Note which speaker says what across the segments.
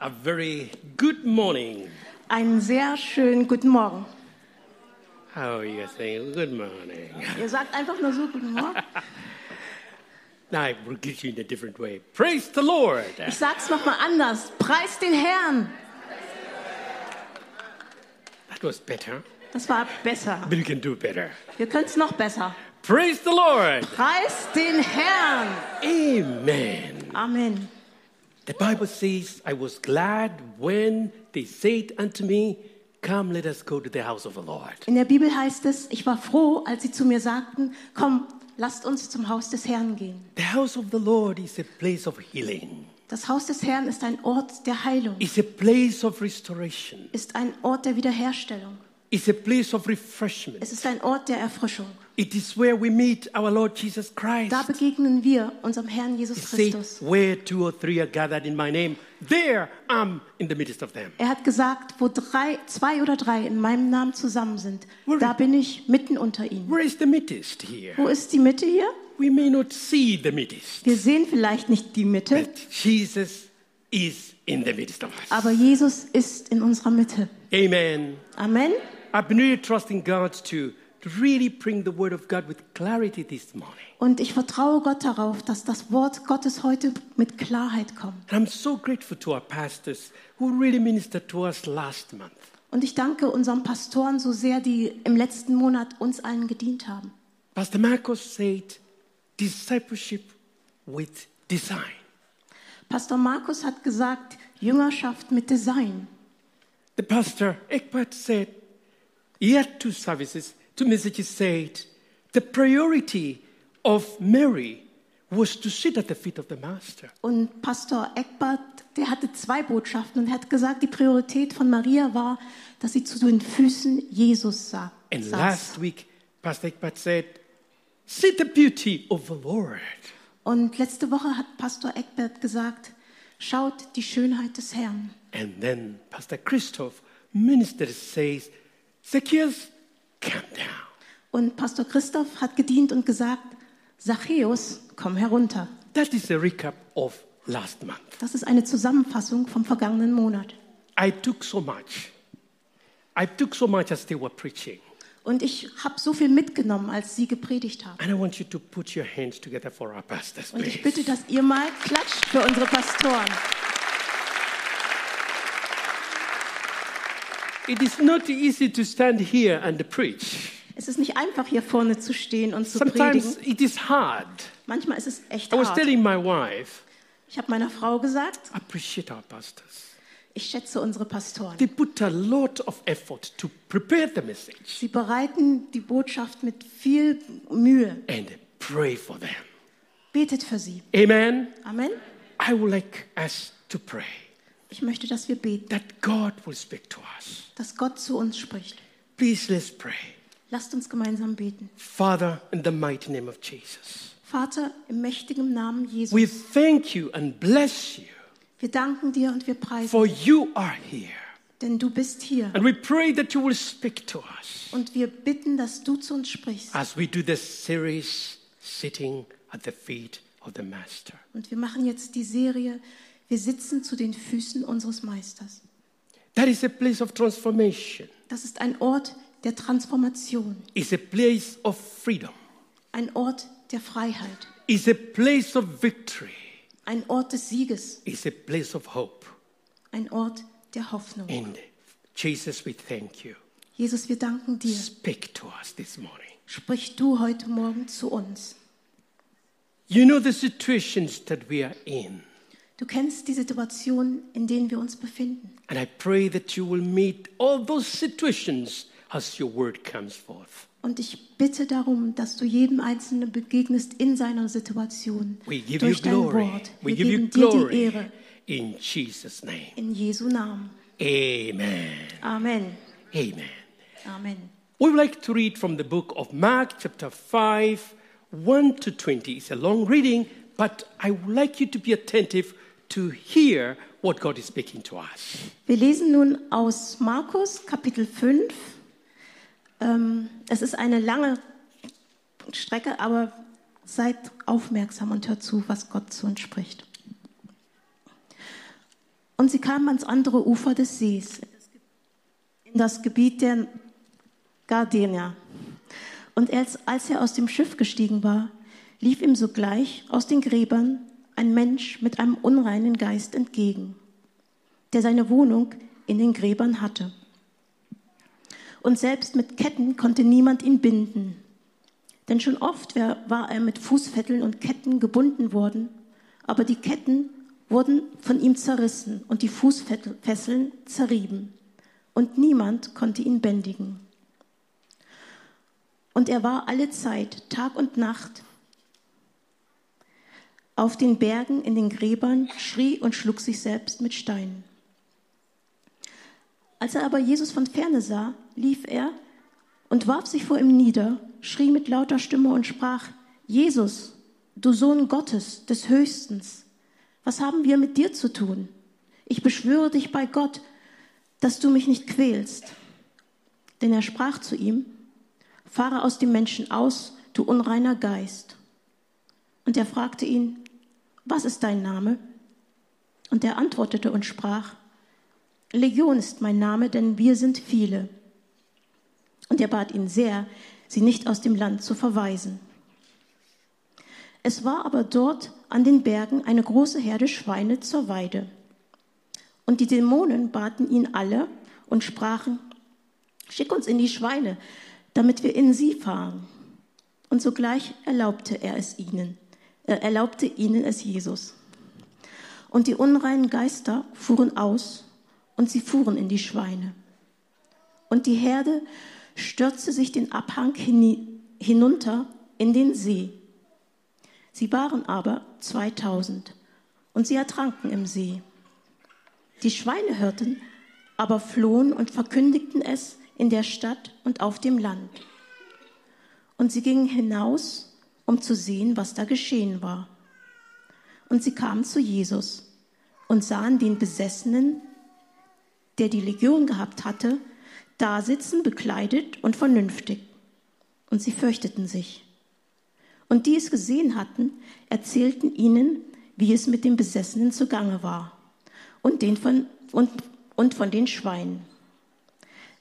Speaker 1: A very good morning.
Speaker 2: Einen sehr schönen guten Morgen.
Speaker 1: How are you saying? Good morning.
Speaker 2: Ihr sagt einfach nur so guten Morgen.
Speaker 1: Now I will get you in a different way. Praise the Lord.
Speaker 2: Ich sag's nochmal anders. Preis den Herrn.
Speaker 1: That was better.
Speaker 2: Das war besser.
Speaker 1: But you can do better.
Speaker 2: Wir können's noch besser.
Speaker 1: Praise the Lord.
Speaker 2: Preis den Herrn.
Speaker 1: Amen.
Speaker 2: Amen.
Speaker 1: The Bible says, I was glad when they said unto me, Come, let us go to the house of the Lord.
Speaker 2: In der Bibel heißt es, ich war froh, als sie zu mir sagten, komm, lasst uns zum Haus des Herrn gehen.
Speaker 1: The house of the Lord is a place of healing,
Speaker 2: Das Haus des Herrn ist ein Ort der Heilung,
Speaker 1: it's a place of restoration,
Speaker 2: ist ein Ort der Wiederherstellung,
Speaker 1: it's a place of refreshment.
Speaker 2: es ist ein Ort der Erfrischung.
Speaker 1: It is where we meet our Lord Jesus Christ.
Speaker 2: Da begegnen wir unserem Herrn
Speaker 1: He
Speaker 2: Jesus
Speaker 1: says,
Speaker 2: Christus.
Speaker 1: Where two or three are gathered in my name, there I'm in the midst of them.
Speaker 2: Er hat gesagt, wo drei, zwei oder drei in meinem Namen zusammen sind,
Speaker 1: Wo-
Speaker 2: da bin ich mitten unter ihnen.
Speaker 1: Where is the mittest here?
Speaker 2: Wo ist die Mitte hier?
Speaker 1: We may not see the mittest,
Speaker 2: Wir sehen vielleicht nicht die Mitte,
Speaker 1: but Jesus is in the midst of us.
Speaker 2: aber Jesus ist in unserer Mitte.
Speaker 1: Amen.
Speaker 2: Amen.
Speaker 1: I've been really trusting God to, to really bring the word of God with clarity this morning.
Speaker 2: Und ich vertraue Gott darauf, dass das Wort Gottes heute mit Klarheit kommt.
Speaker 1: And I'm so grateful to our pastors who really ministered to us last month.
Speaker 2: Und ich danke unseren Pastoren so sehr, die im letzten Monat uns allen gedient haben.
Speaker 1: Pastor Marcos said, discipleship with design.
Speaker 2: Pastor Markus hat gesagt, Jüngerschaft mit Design.
Speaker 1: The pastor, Egbert, said, he had two services, two messages said, the priority of Mary was to sit at the feet of the master.
Speaker 2: Und Pastor Eckbert, der hatte zwei Botschaften und er hat gesagt, die Priorität von Maria war, dass sie zu den Füßen Jesus sah.
Speaker 1: And
Speaker 2: saß.
Speaker 1: last week, Pastor Egbert said, see the beauty of the Lord.
Speaker 2: Und letzte Woche hat Pastor Eckbert gesagt, schaut die Schönheit des Herrn.
Speaker 1: And then Pastor Christoph, minister, says, Zacchaeus, come down.
Speaker 2: Und Pastor Christoph hat gedient und gesagt, Zachäus, komm herunter.
Speaker 1: That is a recap of last month.
Speaker 2: Das ist eine Zusammenfassung vom vergangenen Monat.
Speaker 1: I took so much. I took so much as they were preaching.
Speaker 2: Und ich habe so viel mitgenommen, als Sie gepredigt haben.
Speaker 1: And I want you to put your hands together for our pastors,
Speaker 2: Und ich
Speaker 1: please.
Speaker 2: bitte, dass ihr mal klatscht für unsere Pastoren.
Speaker 1: It is not easy to stand here and preach.
Speaker 2: Es ist nicht einfach, hier vorne zu stehen und zu predigen.
Speaker 1: Sometimes it is hard.
Speaker 2: Manchmal ist es echt
Speaker 1: I was
Speaker 2: hart.
Speaker 1: telling my wife,
Speaker 2: Ich habe meiner Frau gesagt,
Speaker 1: appreciate our pastors.
Speaker 2: ich schätze unsere Pastoren.
Speaker 1: They put a lot of effort to prepare the message
Speaker 2: Sie bereiten die Botschaft mit viel Mühe.
Speaker 1: and pray for them.
Speaker 2: Betet für sie.
Speaker 1: Amen.
Speaker 2: Amen.
Speaker 1: I would like us to pray
Speaker 2: Ich möchte, dass wir beten,
Speaker 1: that God will speak to us.
Speaker 2: dass Gott zu uns spricht.
Speaker 1: Please let's pray.
Speaker 2: Lasst uns gemeinsam beten.
Speaker 1: Father, in the mighty name of Jesus,
Speaker 2: Vater, im mächtigen Namen Jesu,
Speaker 1: we thank you and bless you,
Speaker 2: wir danken dir und wir preisen,
Speaker 1: for you are here.
Speaker 2: denn du bist hier.
Speaker 1: And we pray that you will speak to us
Speaker 2: Und wir bitten, dass du zu uns sprichst.
Speaker 1: as we do this series, Sitting at the Feet of the Master.
Speaker 2: Und wir machen jetzt die Serie, wir sitzen zu den Füßen unseres Meisters.
Speaker 1: That is a place of transformation,
Speaker 2: Das ist ein Ort der Transformation,
Speaker 1: it's a place of freedom,
Speaker 2: ein Ort der Freiheit,
Speaker 1: it's a place of victory,
Speaker 2: ein Ort des Sieges,
Speaker 1: it's a place of hope.
Speaker 2: ein Ort der Hoffnung.
Speaker 1: And Jesus, we thank you.
Speaker 2: Jesus, wir danken dir.
Speaker 1: Speak to us this morning.
Speaker 2: Sprich du heute Morgen zu uns.
Speaker 1: You know the situations that we are in.
Speaker 2: Du kennst die Situation, in denen wir uns befinden.
Speaker 1: And I pray that you will meet all those situations as your word comes forth.
Speaker 2: Und ich bitte darum, dass du jedem Einzelnen begegnest in seiner Situation.
Speaker 1: We give
Speaker 2: durch
Speaker 1: you
Speaker 2: dein
Speaker 1: glory.
Speaker 2: Wort.
Speaker 1: We
Speaker 2: Wir
Speaker 1: give you
Speaker 2: geben dir die
Speaker 1: glory.
Speaker 2: Ehre.
Speaker 1: In Jesus' name.
Speaker 2: In Jesu Namen.
Speaker 1: Amen.
Speaker 2: Amen.
Speaker 1: Amen.
Speaker 2: Amen.
Speaker 1: We would like to read from the book of Mark, chapter 5, 1 to 20. It's a long reading, but I would like you to be attentive to hear what God is speaking to us.
Speaker 2: Wir lesen nun aus Markus Kapitel 5. Ähm, es ist eine lange Strecke, aber seid aufmerksam und hört zu, was Gott zu uns spricht. Und sie kamen ans andere Ufer des Sees, in das Gebiet der Gardenia. Und als, als er aus dem Schiff gestiegen war, lief ihm sogleich aus den Gräbern ein Mensch mit einem unreinen Geist entgegen, der seine Wohnung in den Gräbern hatte. Und selbst mit Ketten konnte niemand ihn binden. Denn schon oft war er mit Fußfetteln und Ketten gebunden worden, aber die Ketten wurden von ihm zerrissen und die Fußfesseln zerrieben. Und niemand konnte ihn bändigen. Und er war alle Zeit, Tag und Nacht, auf den Bergen, in den Gräbern, schrie und schlug sich selbst mit Steinen. Als er aber Jesus von ferne sah, lief er und warf sich vor ihm nieder, schrie mit lauter Stimme und sprach, Jesus, du Sohn Gottes des Höchstens, was haben wir mit dir zu tun? Ich beschwöre dich bei Gott, dass du mich nicht quälst. Denn er sprach zu ihm, fahre aus dem Menschen aus, du unreiner Geist. Und er fragte ihn, was ist dein Name? Und er antwortete und sprach, Legion ist mein Name, denn wir sind viele. Und er bat ihn sehr, sie nicht aus dem Land zu verweisen. Es war aber dort an den Bergen eine große Herde Schweine zur Weide. Und die Dämonen baten ihn alle und sprachen, Schick uns in die Schweine, damit wir in sie fahren. Und sogleich erlaubte er es ihnen, er erlaubte ihnen es Jesus. Und die unreinen Geister fuhren aus und sie fuhren in die Schweine. Und die Herde stürzte sich den Abhang hin, hinunter in den See. Sie waren aber 2000 und sie ertranken im See. Die Schweine hörten, aber flohen und verkündigten es in der Stadt und auf dem Land. Und sie gingen hinaus, um zu sehen, was da geschehen war. Und sie kamen zu Jesus und sahen den Besessenen der die Legion gehabt hatte, da sitzen, bekleidet und vernünftig. Und sie fürchteten sich. Und die es gesehen hatten, erzählten ihnen, wie es mit den Besessenen zugange war und, den von, und, und von den Schweinen.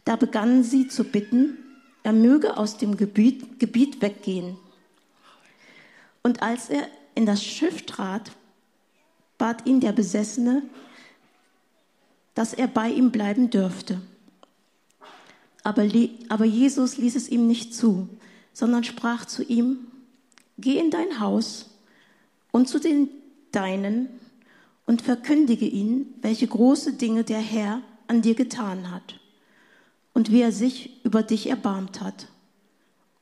Speaker 2: Da begannen sie zu bitten, er möge aus dem Gebiet, Gebiet weggehen. Und als er in das Schiff trat, bat ihn der Besessene, dass er bei ihm bleiben dürfte. Aber, aber, Jesus ließ es ihm nicht zu, sondern sprach zu ihm, Geh in dein Haus und zu den Deinen und verkündige ihnen, welche große Dinge der Herr an dir getan hat und wie er sich über dich erbarmt hat.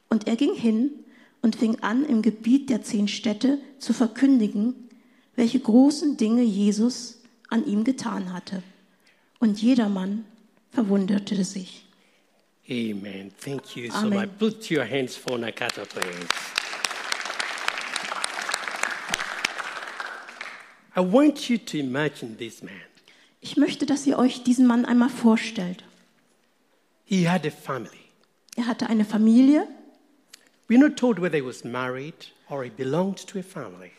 Speaker 2: Und er ging hin und fing an, im Gebiet der zehn Städte zu verkündigen, welche großen Dinge Jesus an ihm getan hatte und jedermann verwunderte sich.
Speaker 1: Amen. Thank you so
Speaker 2: Amen.
Speaker 1: much. Put your hands for Nakata, please. I want you to imagine this man.
Speaker 2: Ich möchte, dass ihr euch diesen Mann einmal vorstellt.
Speaker 1: He had a family.
Speaker 2: Er hatte eine Familie.
Speaker 1: We're not told whether he was married or he belonged to a family.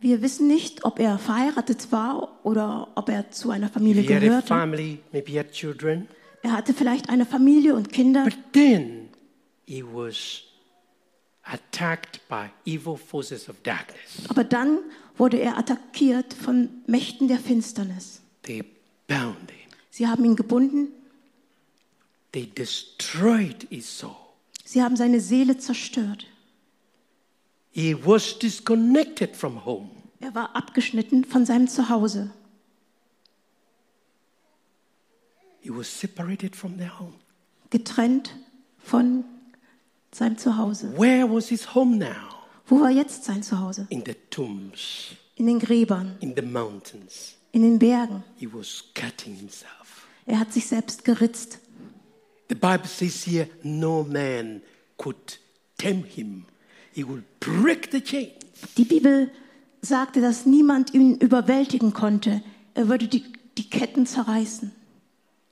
Speaker 2: Wir wissen nicht, ob er verheiratet war oder ob er zu einer Familie
Speaker 1: If he had a
Speaker 2: gehörte.
Speaker 1: family, maybe he had children.
Speaker 2: Er hatte vielleicht eine Familie und Kinder,
Speaker 1: But then he was attacked by evil forces of darkness.
Speaker 2: aber dann wurde er attackiert von Mächten der Finsternis.
Speaker 1: They bound him,
Speaker 2: Sie haben ihn gebunden,
Speaker 1: they destroyed his soul.
Speaker 2: sie haben seine Seele zerstört.
Speaker 1: He was disconnected from home.
Speaker 2: Er war abgeschnitten von seinem Zuhause.
Speaker 1: He was separated from their home.
Speaker 2: getrennt von seinem Zuhause.
Speaker 1: Where was his home now?
Speaker 2: Wo war jetzt sein Zuhause?
Speaker 1: In the tombs,
Speaker 2: In den Gräbern,
Speaker 1: in the mountains.
Speaker 2: in den Bergen.
Speaker 1: He was cutting himself.
Speaker 2: Er hat sich selbst geritzt.
Speaker 1: The Bible says here no man could tame him. He will break the chain.
Speaker 2: Die Bibel sagte, dass niemand ihn überwältigen konnte. Er würde die, die Ketten zerreißen.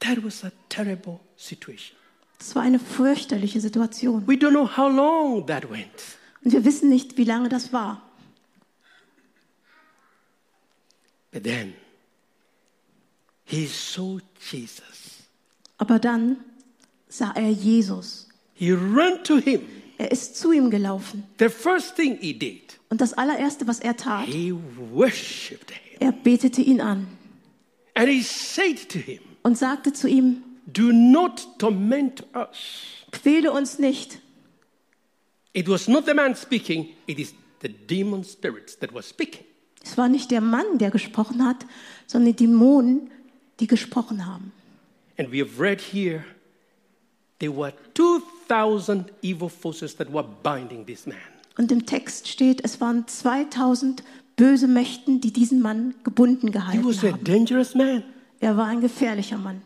Speaker 1: That was a terrible situation.
Speaker 2: Es war eine fürchterliche Situation.
Speaker 1: We don't know how long that went.
Speaker 2: Und wir wissen nicht, wie lange das war.
Speaker 1: But then He saw Jesus.
Speaker 2: Aber dann sah er Jesus.
Speaker 1: He ran to him.
Speaker 2: Er ist zu ihm gelaufen.
Speaker 1: The first thing he did,
Speaker 2: Und das allererste, was er tat,
Speaker 1: he worshipped him.
Speaker 2: er betete ihn an
Speaker 1: And he said to him,
Speaker 2: und sagte zu ihm,
Speaker 1: Do not torment us.
Speaker 2: quäle uns nicht.
Speaker 1: It was not the man speaking, it is the demon spirits that was speaking.
Speaker 2: Es war nicht der Mann, der gesprochen hat, sondern die Dämonen, die gesprochen haben.
Speaker 1: And we have read here there were 2,000 evil forces that were binding this man.
Speaker 2: Und im Text steht, es waren 2000 böse Mächten, die diesen Mann gebunden
Speaker 1: He
Speaker 2: gehalten
Speaker 1: was a
Speaker 2: haben.
Speaker 1: dangerous man.
Speaker 2: Er war ein gefährlicher Mann.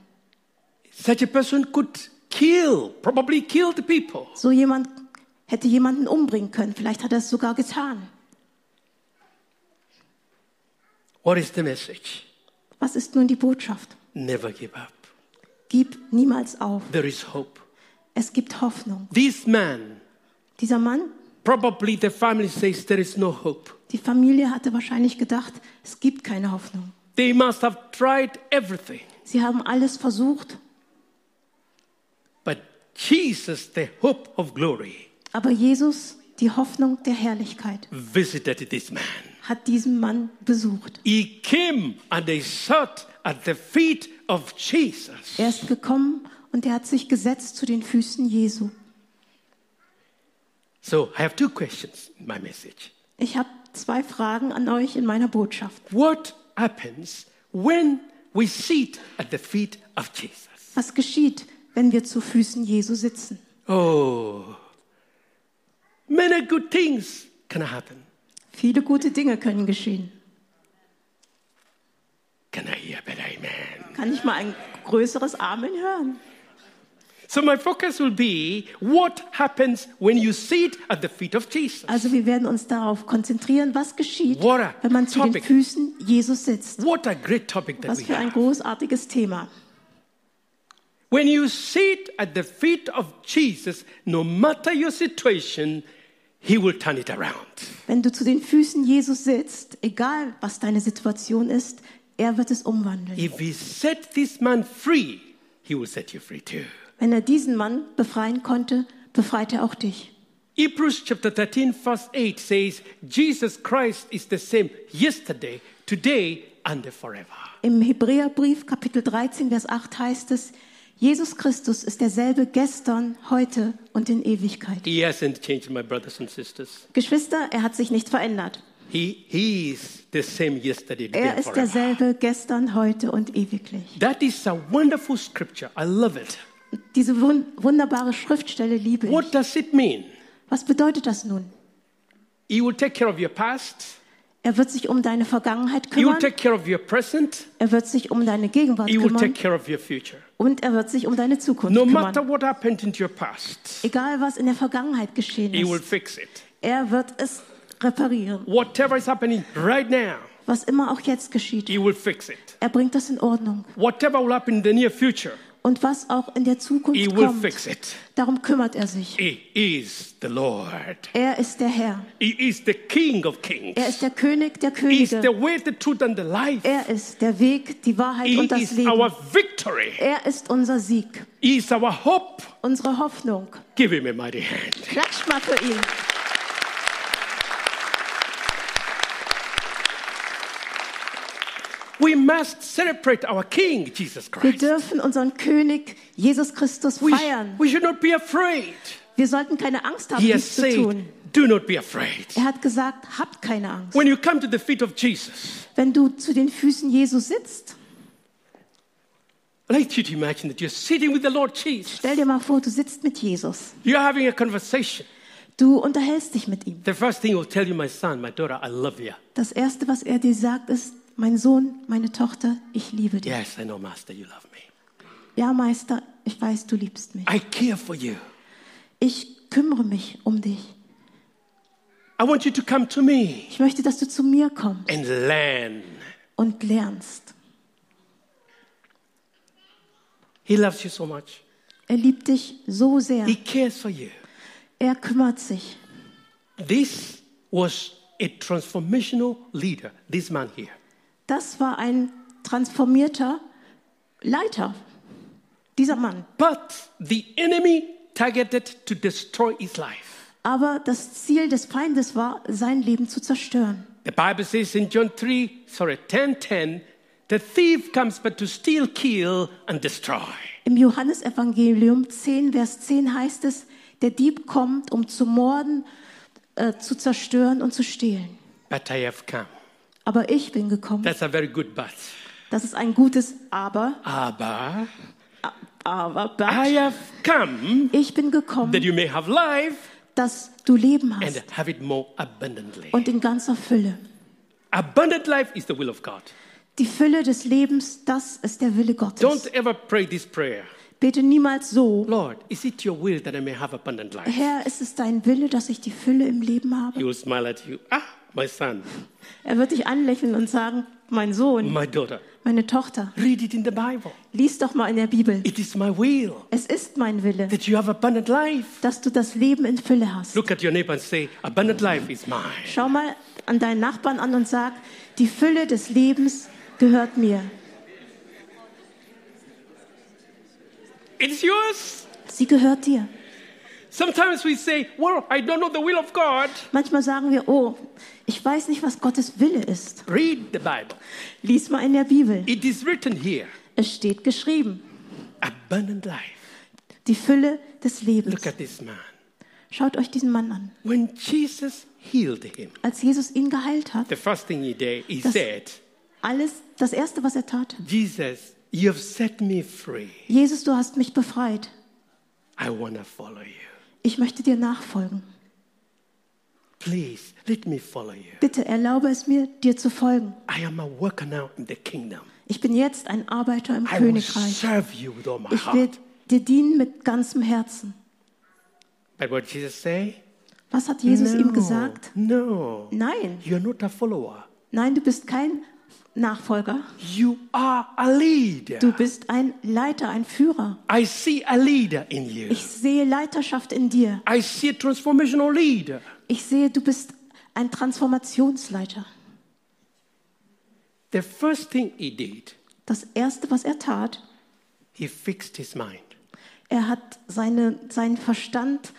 Speaker 1: Such a person could kill, probably kill the people.
Speaker 2: So jemand hätte jemanden umbringen können. Vielleicht hat er es sogar getan.
Speaker 1: What is the message?
Speaker 2: Was ist nun die Botschaft?
Speaker 1: Never give up.
Speaker 2: Gib niemals auf.
Speaker 1: There is hope.
Speaker 2: Es gibt Hoffnung.
Speaker 1: This man,
Speaker 2: Dieser Mann,
Speaker 1: probably the family says there is no hope.
Speaker 2: die Familie hatte wahrscheinlich gedacht, es gibt keine Hoffnung.
Speaker 1: They must have tried everything.
Speaker 2: Sie haben alles versucht,
Speaker 1: But Jesus, the hope of glory,
Speaker 2: aber Jesus, die Hoffnung der Herrlichkeit,
Speaker 1: visited this man.
Speaker 2: hat diesen Mann besucht.
Speaker 1: He came and he sat at the feet of Jesus.
Speaker 2: Er ist gekommen und er hat sich gesetzt zu den Füßen Jesu.
Speaker 1: So I have two questions in my message.
Speaker 2: Ich habe zwei Fragen an euch in meiner Botschaft.
Speaker 1: What happens when we sit at the feet of Jesus?
Speaker 2: Was geschieht, wenn wir zu Füßen Jesu sitzen?
Speaker 1: Oh, many good things can happen.
Speaker 2: Viele gute Dinge können geschehen.
Speaker 1: Can I hear but amen?
Speaker 2: Kann ich mal ein größeres Amen hören?
Speaker 1: So my focus will be what happens when you sit at the feet of Jesus.
Speaker 2: Also wir werden uns darauf konzentrieren, was geschieht,
Speaker 1: What a
Speaker 2: wenn man zu den
Speaker 1: topic.
Speaker 2: Füßen Jesus sitzt.
Speaker 1: What a great topic that
Speaker 2: Was
Speaker 1: we
Speaker 2: für ein
Speaker 1: have.
Speaker 2: großartiges Thema.
Speaker 1: When you sit at the feet of Jesus, no matter your situation, he will turn it around.
Speaker 2: Wenn du zu den Füßen Jesus sitzt, egal was deine Situation ist, er wird es umwandeln.
Speaker 1: If he set this man free, he will set you free too.
Speaker 2: Wenn er diesen Mann befreien konnte, befreit er auch dich.
Speaker 1: Hebrews chapter 13, verse 8 says, Jesus Christ is the same yesterday, today, and forever.
Speaker 2: Im Hebräerbrief Kapitel 13, Vers 8 heißt es, Jesus Christus ist derselbe gestern, heute und in Ewigkeit.
Speaker 1: He hasn't changed, my brothers and sisters.
Speaker 2: Geschwister, er hat sich nicht verändert.
Speaker 1: He, he is the same yesterday, today,
Speaker 2: Er
Speaker 1: and
Speaker 2: ist
Speaker 1: forever.
Speaker 2: derselbe gestern, heute und ewiglich.
Speaker 1: That is a wonderful scripture. I love it.
Speaker 2: Diese wun wunderbare Schriftstelle liebe ich.
Speaker 1: What does it mean?
Speaker 2: Was bedeutet das nun?
Speaker 1: He will take care of your past.
Speaker 2: Er wird sich um deine Vergangenheit
Speaker 1: He will
Speaker 2: kümmern,
Speaker 1: take care of your present.
Speaker 2: er wird sich um deine Gegenwart
Speaker 1: He will
Speaker 2: kümmern
Speaker 1: take care of your future.
Speaker 2: und er wird sich um deine Zukunft
Speaker 1: No matter
Speaker 2: kümmern.
Speaker 1: what happened in your past,
Speaker 2: Egal was in der Vergangenheit geschehen
Speaker 1: He will
Speaker 2: ist,
Speaker 1: fix it.
Speaker 2: er wird es reparieren.
Speaker 1: Whatever is happening right now,
Speaker 2: Was immer auch jetzt geschieht,
Speaker 1: He will fix it.
Speaker 2: er bringt das in Ordnung.
Speaker 1: Whatever will happen in the near future,
Speaker 2: Und was auch in der
Speaker 1: He
Speaker 2: Zukunft
Speaker 1: will
Speaker 2: kommt,
Speaker 1: fix it.
Speaker 2: darum kümmert er sich.
Speaker 1: He is the Lord.
Speaker 2: Er ist der Herr.
Speaker 1: He is the King of kings.
Speaker 2: Er ist der König der
Speaker 1: He is the
Speaker 2: Könige.
Speaker 1: way, the truth, and the life.
Speaker 2: Er ist der Weg, die Wahrheit
Speaker 1: He
Speaker 2: und das
Speaker 1: is our
Speaker 2: Leben.
Speaker 1: victory.
Speaker 2: Er ist unser Sieg,
Speaker 1: He is our hope.
Speaker 2: unsere Hoffnung.
Speaker 1: Give Him a mighty hand.
Speaker 2: Klatsch mal für ihn.
Speaker 1: We must celebrate our King, Jesus
Speaker 2: Wir
Speaker 1: Christ.
Speaker 2: dürfen unseren König Jesus Christus
Speaker 1: We, sh-
Speaker 2: feiern.
Speaker 1: we should not be afraid.
Speaker 2: Wir sollten keine Angst haben,
Speaker 1: He has
Speaker 2: dies zu
Speaker 1: said,
Speaker 2: tun.
Speaker 1: Do not be afraid.
Speaker 2: Er hat gesagt, habt keine Angst.
Speaker 1: When you come to the feet of Jesus,
Speaker 2: Wenn du zu den Füßen Jesu sitzt,
Speaker 1: I'd like you to imagine that you're sitting with the Lord Jesus.
Speaker 2: stell dir mal vor, du sitzt mit Jesus.
Speaker 1: You're having a conversation.
Speaker 2: Du unterhältst dich mit ihm.
Speaker 1: The first thing he'll tell you, my son, my daughter, I love you.
Speaker 2: Das Erste, was er dir sagt, ist, mein Sohn, meine Tochter, ich liebe dich.
Speaker 1: Yes, I know, Master, you love me.
Speaker 2: Ja, Meister, ich weiß, du liebst mich.
Speaker 1: I care for you.
Speaker 2: Ich kümmere mich um dich.
Speaker 1: I want you to come to me
Speaker 2: Ich möchte, dass du zu mir kommst
Speaker 1: and learn.
Speaker 2: und lernst.
Speaker 1: He loves you so much.
Speaker 2: Er liebt dich so sehr.
Speaker 1: He cares for you.
Speaker 2: Er kümmert sich.
Speaker 1: This was a transformational leader, this man here.
Speaker 2: Das war ein transformierter Leiter, dieser Mann.
Speaker 1: But the enemy targeted to destroy his life.
Speaker 2: Aber das Ziel des Feindes war, sein Leben zu zerstören.
Speaker 1: The Bible says in John 3, sorry, 10 10, the thief comes but to steal, kill, and destroy.
Speaker 2: Im Johannesevangelium 10, Vers 10 heißt es, der Dieb kommt, um zu morden, äh, zu zerstören und zu stehlen.
Speaker 1: But I have come.
Speaker 2: Aber ich bin gekommen.
Speaker 1: That's a very good but.
Speaker 2: Das ist ein gutes Aber,
Speaker 1: Aber
Speaker 2: aber,
Speaker 1: I
Speaker 2: but,
Speaker 1: have come
Speaker 2: ich bin
Speaker 1: that
Speaker 2: gekommen,
Speaker 1: you may have life
Speaker 2: dass du Leben
Speaker 1: and
Speaker 2: hast
Speaker 1: have it more abundantly.
Speaker 2: und in ganzer Fülle.
Speaker 1: Abundant life is the will of God.
Speaker 2: Die Fülle des Lebens, das ist der Wille Gottes.
Speaker 1: Don't ever pray this prayer.
Speaker 2: Bete niemals so.
Speaker 1: Lord, is it your will that I may have abundant life?
Speaker 2: Herr, ist es dein Wille, dass ich die Fülle im Leben habe?
Speaker 1: He will smile at you. Ah, my son,
Speaker 2: Er wird dich anlächeln und sagen, mein Sohn,
Speaker 1: my daughter.
Speaker 2: meine Tochter,
Speaker 1: Read it in the Bible.
Speaker 2: lies doch mal in der Bibel.
Speaker 1: It is my will
Speaker 2: Es ist mein Wille,
Speaker 1: that you have abundant life.
Speaker 2: dass du das Leben in Fülle hast.
Speaker 1: Look at your neighbor and say, Abundant life is mine.
Speaker 2: Schau mal an deinen Nachbarn an und sag, die Fülle des Lebens gehört mir.
Speaker 1: It's yours.
Speaker 2: Sie gehört dir.
Speaker 1: Sometimes we say, Well, I don't know the will of God.
Speaker 2: Manchmal sagen wir, oh, ich weiß nicht, was Gottes Wille ist.
Speaker 1: Read the Bible.
Speaker 2: Lies mal in der Bibel.
Speaker 1: It is written here
Speaker 2: Es steht geschrieben.
Speaker 1: abundant life.
Speaker 2: Die Fülle des Lebens.
Speaker 1: Look at this man.
Speaker 2: Schaut euch diesen Mann an.
Speaker 1: When Jesus healed him,
Speaker 2: Als Jesus ihn geheilt hat,
Speaker 1: the first thing he did, he
Speaker 2: Das-
Speaker 1: said,
Speaker 2: alles, das Erste, was er tat,
Speaker 1: Jesus, you have set me free.
Speaker 2: Jesus, du hast mich befreit.
Speaker 1: I want to follow you.
Speaker 2: Ich möchte dir nachfolgen.
Speaker 1: Please let me follow you.
Speaker 2: Bitte erlaube es mir, dir zu folgen.
Speaker 1: I am a worker now in the kingdom.
Speaker 2: Ich bin jetzt ein Arbeiter im
Speaker 1: I will
Speaker 2: Königreich.
Speaker 1: serve you with all my
Speaker 2: Ich will
Speaker 1: heart.
Speaker 2: dir dienen mit ganzem Herzen.
Speaker 1: But what Jesus say?
Speaker 2: Was hat Jesus
Speaker 1: no,
Speaker 2: ihm gesagt?
Speaker 1: No,
Speaker 2: Nein,
Speaker 1: you're not a follower.
Speaker 2: nein, du bist kein Nachfolger.
Speaker 1: You are a leader.
Speaker 2: Du bist ein Leiter, ein Führer.
Speaker 1: I see a leader in you.
Speaker 2: Ich sehe Leiterschaft in dir.
Speaker 1: I see a transformational leader.
Speaker 2: Ich sehe, du bist ein Transformationsleiter.
Speaker 1: The first thing he did,
Speaker 2: Das Erste, was er tat,
Speaker 1: he fixed his mind.
Speaker 2: er hat seine, seinen Verstand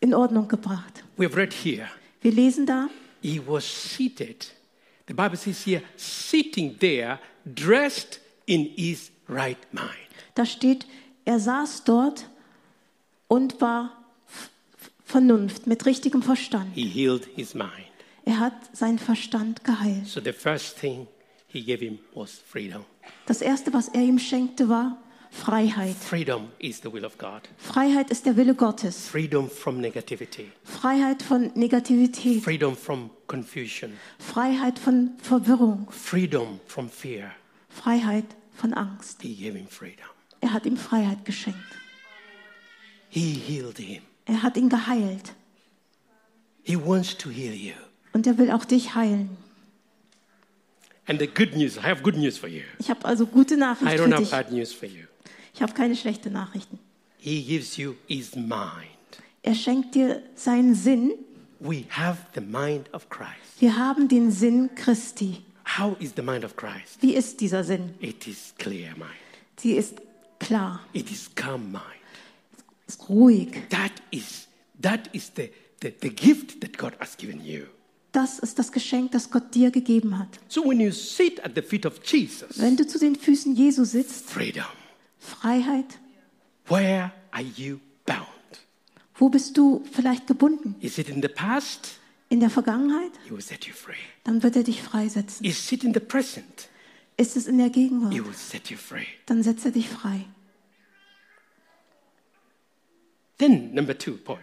Speaker 2: in Ordnung gebracht.
Speaker 1: We've read here,
Speaker 2: Wir lesen da,
Speaker 1: he was seated. The Bible says here, sitting there, dressed in his right mind.
Speaker 2: da steht, er saß dort und war f- f- Vernunft, mit richtigem Verstand.
Speaker 1: He healed his mind.
Speaker 2: Er hat seinen Verstand geheilt.
Speaker 1: So the first thing he gave him was freedom.
Speaker 2: Das Erste, was er ihm schenkte, war Freiheit.
Speaker 1: Freedom is the will of God.
Speaker 2: Freiheit ist der Wille Gottes.
Speaker 1: Freedom from negativity.
Speaker 2: Freiheit von Negativität.
Speaker 1: Freedom from confusion.
Speaker 2: Freiheit von Verwirrung.
Speaker 1: Freedom from fear.
Speaker 2: Freiheit von Angst.
Speaker 1: He gave him freedom.
Speaker 2: Er hat ihm Freiheit geschenkt.
Speaker 1: He healed him.
Speaker 2: Er hat ihn geheilt.
Speaker 1: He wants to heal you.
Speaker 2: Und er will auch dich heilen.
Speaker 1: And the good news, I have good news for you.
Speaker 2: Ich habe also gute
Speaker 1: I
Speaker 2: Nachrichten
Speaker 1: don't
Speaker 2: für
Speaker 1: have
Speaker 2: dich.
Speaker 1: bad news for you.
Speaker 2: Ich habe keine schlechten Nachrichten.
Speaker 1: He gives you his mind.
Speaker 2: Er schenkt dir seinen Sinn.
Speaker 1: We have the mind of Christ.
Speaker 2: Wir haben den Sinn Christi.
Speaker 1: How is the mind of Christ?
Speaker 2: Wie ist dieser Sinn?
Speaker 1: It is clear mind.
Speaker 2: Sie ist klar,
Speaker 1: It is calm mind.
Speaker 2: ist ruhig.
Speaker 1: That is that is the, the, the gift that God has given you.
Speaker 2: Das ist das Geschenk, das Gott dir gegeben hat.
Speaker 1: So when you sit at the feet of Jesus,
Speaker 2: Wenn du zu den Füßen Jesu sitzt,
Speaker 1: freedom.
Speaker 2: Freiheit,
Speaker 1: Where are you bound?
Speaker 2: wo bist du vielleicht gebunden?
Speaker 1: Is it in the past?
Speaker 2: In der Vergangenheit?
Speaker 1: He will set you free.
Speaker 2: Dann wird er dich freisetzen.
Speaker 1: Is it in the present?
Speaker 2: Ist es in der
Speaker 1: He
Speaker 2: Gegenwart?
Speaker 1: will set you free.
Speaker 2: Dann setzt er dich frei.
Speaker 1: Then, number two point.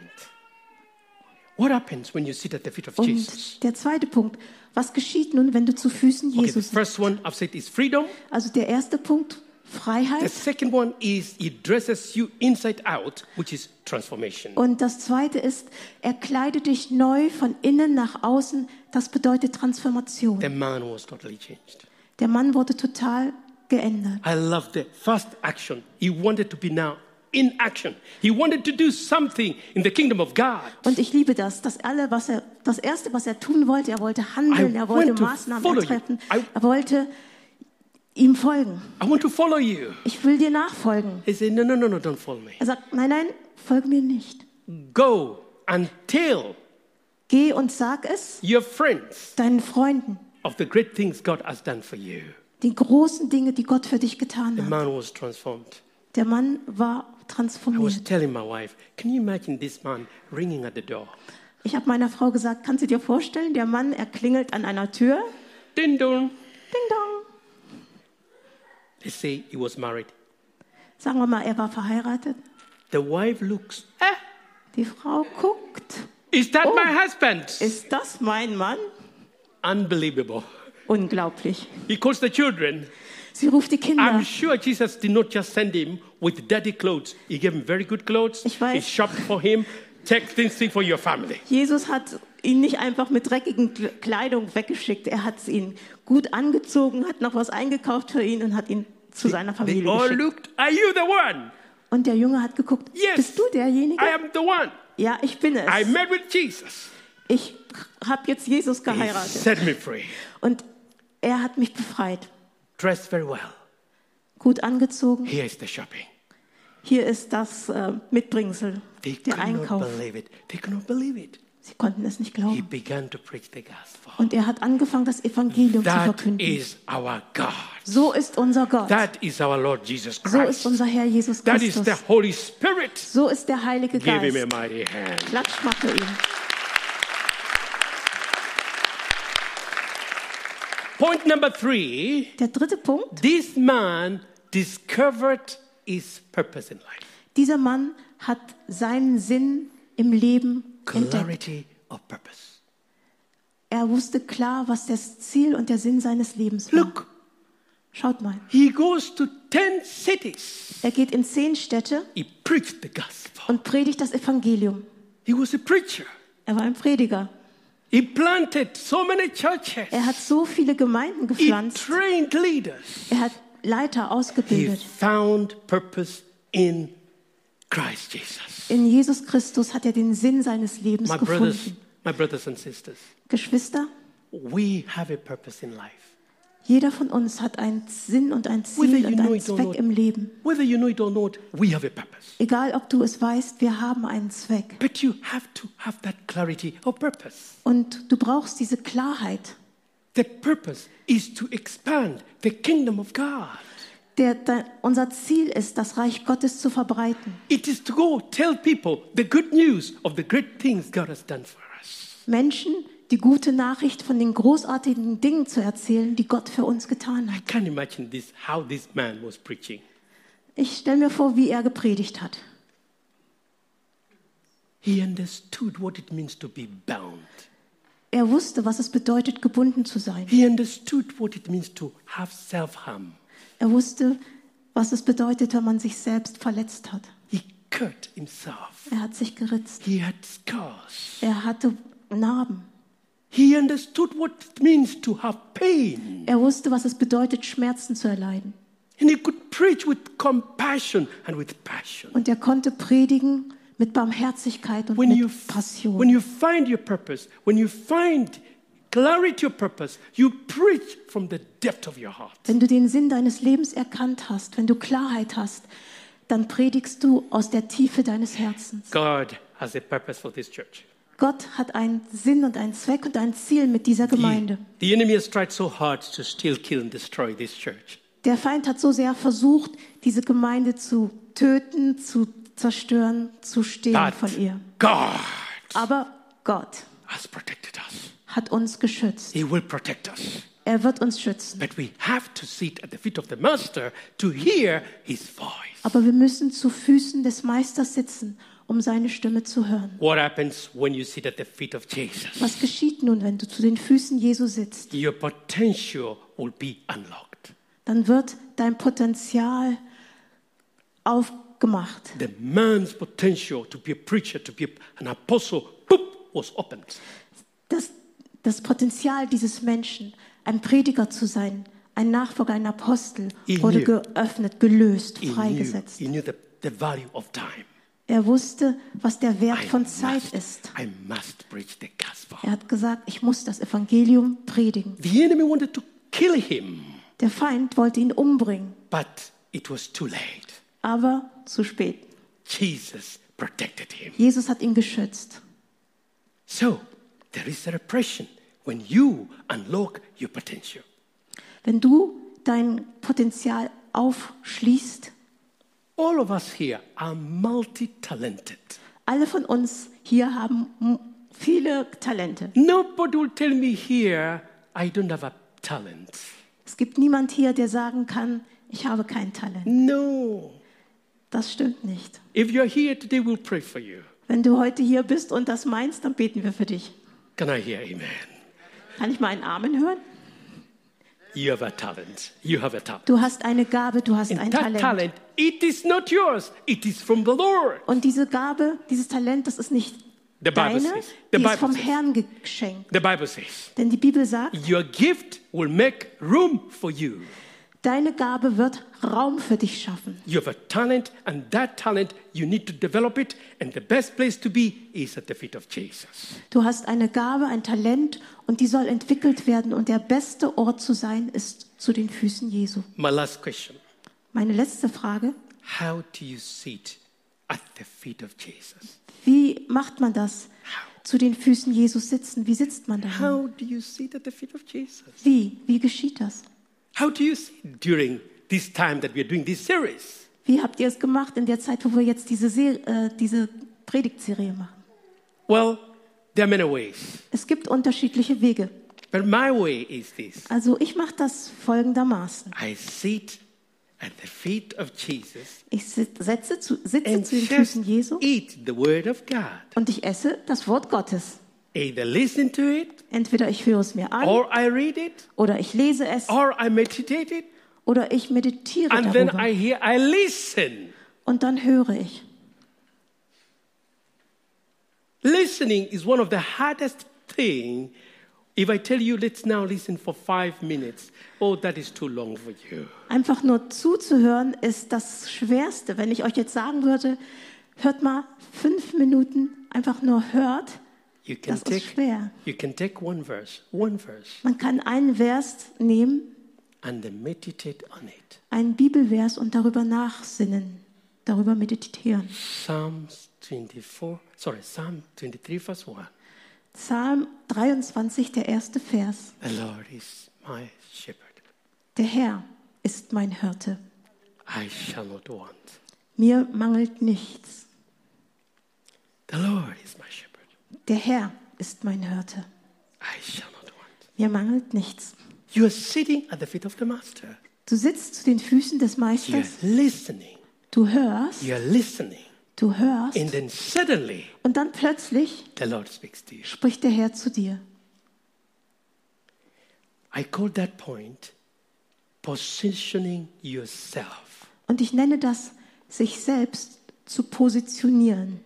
Speaker 1: What happens when you sit at the feet of Jesus?
Speaker 2: Und der zweite Punkt, was geschieht nun, wenn du zu Füßen
Speaker 1: Okay, the
Speaker 2: Jesus sitzt?
Speaker 1: first one I've said is freedom.
Speaker 2: Also der erste Punkt,
Speaker 1: The
Speaker 2: Freiheit.
Speaker 1: second one is he dresses you inside out, which is transformation.
Speaker 2: Und das zweite ist, er kleidet dich neu von innen nach außen. Das bedeutet Transformation.
Speaker 1: The man was totally changed.
Speaker 2: Der Mann wurde total geändert.
Speaker 1: I love the first action. He wanted to be now in action. He wanted to do something in the kingdom of God.
Speaker 2: Und ich liebe das, dass alle, was er, das erste, was er tun wollte, er wollte
Speaker 1: I
Speaker 2: handeln, er wollte
Speaker 1: want to
Speaker 2: Maßnahmen
Speaker 1: follow you.
Speaker 2: ergreifen,
Speaker 1: I-
Speaker 2: er wollte ihm folgen.
Speaker 1: I want to follow you.
Speaker 2: Ich will dir nachfolgen.
Speaker 1: He said, No, no, no, no, don't follow me.
Speaker 2: Er sagt, nein, nein, folge mir nicht.
Speaker 1: Go until
Speaker 2: Geh und sag es
Speaker 1: your friends
Speaker 2: deinen Freunden,
Speaker 1: of the great things God has done for you.
Speaker 2: die großen Dinge, die Gott für dich getan
Speaker 1: The
Speaker 2: hat.
Speaker 1: man was transformed.
Speaker 2: Der Mann war
Speaker 1: I was
Speaker 2: transformiert.
Speaker 1: telling my wife, Can you imagine this man ringing at the door?
Speaker 2: Ich habe meiner Frau gesagt, kannst du dir vorstellen, der Mann, er klingelt an einer Tür.
Speaker 1: Ding dong.
Speaker 2: Ding dong.
Speaker 1: They say he was married.
Speaker 2: Sagen wir mal, er war verheiratet.
Speaker 1: The wife looks, Eh,
Speaker 2: Die Frau guckt.
Speaker 1: is that
Speaker 2: Oh.
Speaker 1: my husband?
Speaker 2: Ist das mein Mann?
Speaker 1: Unbelievable.
Speaker 2: Unglaublich.
Speaker 1: He calls the children.
Speaker 2: Sie ruft die Kinder.
Speaker 1: I'm sure Jesus did not just send him with dirty clothes. He gave him very good clothes.
Speaker 2: Ich weiß.
Speaker 1: He shopped for him. Take this thing for your family.
Speaker 2: Jesus hat ihn nicht einfach mit dreckigen Kle- Kleidung weggeschickt. Er hat ihn gut angezogen, hat noch was eingekauft für ihn und hat ihn zu seiner
Speaker 1: They
Speaker 2: Familie
Speaker 1: all
Speaker 2: geschickt.
Speaker 1: looked, Are you the one?
Speaker 2: Und der Junge hat geguckt,
Speaker 1: Yes.
Speaker 2: bist du derjenige?
Speaker 1: I am the one.
Speaker 2: Ja, ich bin
Speaker 1: I
Speaker 2: es.
Speaker 1: met with Jesus.
Speaker 2: Ich habe jetzt Jesus
Speaker 1: He
Speaker 2: geheiratet.
Speaker 1: set me free.
Speaker 2: Und er hat mich befreit.
Speaker 1: Dressed very well.
Speaker 2: Gut angezogen.
Speaker 1: Here is the shopping.
Speaker 2: Hier ist das äh, Mitbringsel,
Speaker 1: They
Speaker 2: der
Speaker 1: could not
Speaker 2: Einkauf.
Speaker 1: believe it. They could not believe it.
Speaker 2: Sie konnten es nicht
Speaker 1: He
Speaker 2: glauben.
Speaker 1: began to preach the gospel.
Speaker 2: Und er hat angefangen, das Evangelium zu
Speaker 1: That
Speaker 2: verkünden.
Speaker 1: is our God.
Speaker 2: So ist unser Gott.
Speaker 1: That is our Lord Jesus
Speaker 2: So ist
Speaker 1: Christ.
Speaker 2: unser Herr Jesus
Speaker 1: That is the
Speaker 2: Christus.
Speaker 1: Holy Spirit.
Speaker 2: So ist der Heilige
Speaker 1: Give him a
Speaker 2: Geist.
Speaker 1: mighty hand.
Speaker 2: Klatsch mal für ihn.
Speaker 1: Point number three
Speaker 2: Der dritte Punkt.
Speaker 1: this man discovered his purpose in life.
Speaker 2: Dieser Mann hat seinen Sinn im Leben entdeckt.
Speaker 1: Clarity of purpose.
Speaker 2: Er wusste klar, was das Ziel und der Sinn seines Lebens war.
Speaker 1: Look,
Speaker 2: Schaut mal.
Speaker 1: he goes to 10 cities.
Speaker 2: Er geht in zehn Städte
Speaker 1: He preached the gospel.
Speaker 2: und predigt das Evangelium.
Speaker 1: He was a preacher.
Speaker 2: Er war ein Prediger.
Speaker 1: He planted so many churches.
Speaker 2: Er hat so viele Gemeinden
Speaker 1: He
Speaker 2: gepflanzt.
Speaker 1: trained leaders.
Speaker 2: Er hat Leiter
Speaker 1: He
Speaker 2: ausgebildet.
Speaker 1: found purpose in Christ Jesus.
Speaker 2: In Jesus Christus hat er den Sinn seines Lebens
Speaker 1: My brothers,
Speaker 2: gefunden.
Speaker 1: my brothers and sisters,
Speaker 2: Geschwister,
Speaker 1: we have a purpose in life.
Speaker 2: jeder von uns hat einen Sinn und ein
Speaker 1: Whether
Speaker 2: Ziel
Speaker 1: you
Speaker 2: und
Speaker 1: know
Speaker 2: einen
Speaker 1: it or not,
Speaker 2: Zweck im Leben.
Speaker 1: whether you know it or not, we have a purpose.
Speaker 2: Egal, ob du es weißt, wir haben einen Zweck.
Speaker 1: But you have to have that clarity of purpose.
Speaker 2: Und du brauchst diese Klarheit.
Speaker 1: The purpose is to expand the kingdom of God.
Speaker 2: Der, der, unser Ziel ist, das Reich Gottes zu verbreiten.
Speaker 1: It is to go tell people the good news of the great things God has done for us.
Speaker 2: Menschen die gute Nachricht von den großartigen Dingen zu erzählen, die Gott für uns getan
Speaker 1: I
Speaker 2: hat.
Speaker 1: can't imagine this how this man was preaching.
Speaker 2: Ich stelle mir vor, wie er gepredigt hat.
Speaker 1: He understood what it means to be bound.
Speaker 2: Er wusste, was es bedeutet, gebunden zu sein.
Speaker 1: He understood what it means to have self-harm.
Speaker 2: Er wusste, was es bedeutet, wenn man sich selbst verletzt hat.
Speaker 1: He cut himself.
Speaker 2: Er hat sich geritzt.
Speaker 1: He had scars.
Speaker 2: Er hatte Narben.
Speaker 1: He understood what it means to have pain.
Speaker 2: Er wusste, was es bedeutet, Schmerzen zu erleiden.
Speaker 1: And he could preach with compassion and with passion.
Speaker 2: Und er konnte predigen mit Barmherzigkeit und
Speaker 1: When
Speaker 2: mit
Speaker 1: you,
Speaker 2: Passion.
Speaker 1: when you find your purpose, when you find clarity of purpose, you preach from the depth of your heart.
Speaker 2: wenn du den Sinn deines Lebens erkannt hast, wenn du Klarheit hast, dann predigst du aus der Tiefe deines Herzens.
Speaker 1: God has a purpose for this church.
Speaker 2: Gott hat einen Sinn und einen Zweck und ein Ziel mit dieser
Speaker 1: The,
Speaker 2: Gemeinde.
Speaker 1: the enemy has tried so hard to steal, kill, and destroy this church.
Speaker 2: Der Feind hat so sehr versucht, diese Gemeinde zu töten, zu zerstören, zu stehlen
Speaker 1: But
Speaker 2: von ihr.
Speaker 1: God
Speaker 2: Aber Gott
Speaker 1: has protected us.
Speaker 2: hat uns geschützt.
Speaker 1: He will protect us.
Speaker 2: Er wird uns schützen.
Speaker 1: But we have to sit at the feet of the Master to hear his voice.
Speaker 2: Aber wir müssen zu Füßen des Meisters sitzen, um seine Stimme zu hören.
Speaker 1: What happens when you sit at the feet of Jesus?
Speaker 2: Was geschieht nun, wenn du zu den Füßen Jesu sitzt?
Speaker 1: Your potential will be unlocked.
Speaker 2: Dann wird dein Potenzial aufgemacht.
Speaker 1: The man's potential to be a preacher, to be an apostle, boop, was opened.
Speaker 2: Das, das Potenzial dieses Menschen, ein Prediger zu sein, ein Nachfolger, ein Apostel,
Speaker 1: Ihn
Speaker 2: wurde
Speaker 1: hier.
Speaker 2: geöffnet, gelöst,
Speaker 1: He knew,
Speaker 2: freigesetzt.
Speaker 1: he knew the, the value of time.
Speaker 2: Er wusste, was der Wert von Zeit
Speaker 1: must,
Speaker 2: ist.
Speaker 1: I must preach the gospel.
Speaker 2: Er hat gesagt, ich muss das Evangelium predigen.
Speaker 1: The enemy wanted to kill him.
Speaker 2: Der Feind wollte ihn umbringen,
Speaker 1: but it was too late.
Speaker 2: aber zu spät.
Speaker 1: Jesus protected him.
Speaker 2: Jesus hat ihn geschützt.
Speaker 1: So there is a repression when you unlock your potential.
Speaker 2: Wenn du dein Potenzial aufschließt,
Speaker 1: All of us here are multi talented.
Speaker 2: alle von uns hier haben m- viele Talente.
Speaker 1: Nobody will tell me here I don't have a talent.
Speaker 2: Es gibt niemand hier, der sagen kann, ich habe kein Talent.
Speaker 1: No.
Speaker 2: Das stimmt nicht.
Speaker 1: If you're here today, we'll pray for you.
Speaker 2: Wenn du heute hier bist und das meinst, dann beten wir für dich.
Speaker 1: Can I hear amen?
Speaker 2: Kann ich mal einen Amen hören?
Speaker 1: You have a talent. You have a talent.
Speaker 2: Du hast eine Gabe, du hast ein
Speaker 1: And that
Speaker 2: Talent.
Speaker 1: talent, it is not yours, it is from the Lord.
Speaker 2: Und diese Gabe, dieses Talent, das ist nicht
Speaker 1: The Bible
Speaker 2: deine,
Speaker 1: says- the
Speaker 2: die ist
Speaker 1: Bible
Speaker 2: vom
Speaker 1: says-
Speaker 2: Herrn geschenkt.
Speaker 1: The Bible says,
Speaker 2: Denn die Bibel sagt,
Speaker 1: Your gift will make room for you.
Speaker 2: deine Gabe wird Raum für dich schaffen.
Speaker 1: You have a talent, and that talent, you need to develop it. And the best place to be is at the feet of Jesus.
Speaker 2: Du hast eine Gabe, ein Talent und die soll entwickelt werden. Und der beste Ort zu sein ist zu den Füßen Jesu.
Speaker 1: My last question
Speaker 2: Meine letzte Frage,
Speaker 1: How do you sit at the feet of Jesus?
Speaker 2: wie macht man das? Zu den Füßen Jesus sitzen. Wie sitzt man da?
Speaker 1: How do you sit at the feet of Jesus?
Speaker 2: Wie? Wie geschieht das?
Speaker 1: How do you sit during this time that we are doing this series?
Speaker 2: Wie habt ihr es gemacht in der Zeit, wo wir jetzt diese, Ser äh, diese Predigtserie machen?
Speaker 1: Well, there are many ways,
Speaker 2: Es gibt unterschiedliche Wege.
Speaker 1: but my way is this
Speaker 2: Also ich mache das folgendermaßen.
Speaker 1: I sit at the feet of Jesus
Speaker 2: Ich sit- setze zu, sitze
Speaker 1: and
Speaker 2: zu den
Speaker 1: just
Speaker 2: Füßen Jesu
Speaker 1: eat the Word of God.
Speaker 2: und ich esse das Wort Gottes.
Speaker 1: Either listen to it,
Speaker 2: Entweder ich höre es mir an
Speaker 1: or I read it,
Speaker 2: oder ich lese es
Speaker 1: or I meditate it,
Speaker 2: oder ich meditiere
Speaker 1: and then I
Speaker 2: darüber
Speaker 1: hear, I listen.
Speaker 2: und dann höre ich.
Speaker 1: Listening is one of the hardest thing. If I tell you, let's now listen for five minutes, oh, that is too long for you.
Speaker 2: Einfach nur zuzuhören ist das Schwerste. Wenn ich euch jetzt sagen würde, hört mal fünf Minuten, einfach nur hört,
Speaker 1: You can
Speaker 2: das ist
Speaker 1: take,
Speaker 2: schwer.
Speaker 1: you can take one verse, one verse,
Speaker 2: Man kann einen Vers nehmen,
Speaker 1: and then meditate on it.
Speaker 2: einen Bibelvers und darüber nachsinnen, darüber meditieren.
Speaker 1: Psalms 24, sorry, Psalm 23, verse 1.
Speaker 2: Psalm 23, der erste Vers.
Speaker 1: The Lord is my shepherd.
Speaker 2: Der Herr ist mein Hirte.
Speaker 1: I shall not want.
Speaker 2: Mir mangelt nichts.
Speaker 1: The Lord is my shepherd.
Speaker 2: Der Herr ist mein Hirte.
Speaker 1: I shall not want.
Speaker 2: Mir mangelt nichts.
Speaker 1: You are sitting at the feet of the Master.
Speaker 2: Du sitzt zu den Füßen des
Speaker 1: You're
Speaker 2: Meisters.
Speaker 1: listening.
Speaker 2: Du hörst,
Speaker 1: You're listening.
Speaker 2: du hörst.
Speaker 1: And then suddenly
Speaker 2: Und dann plötzlich
Speaker 1: the Lord speaks to you.
Speaker 2: spricht der Herr zu dir.
Speaker 1: I call that point positioning yourself.
Speaker 2: Und ich nenne das, sich selbst zu positionieren.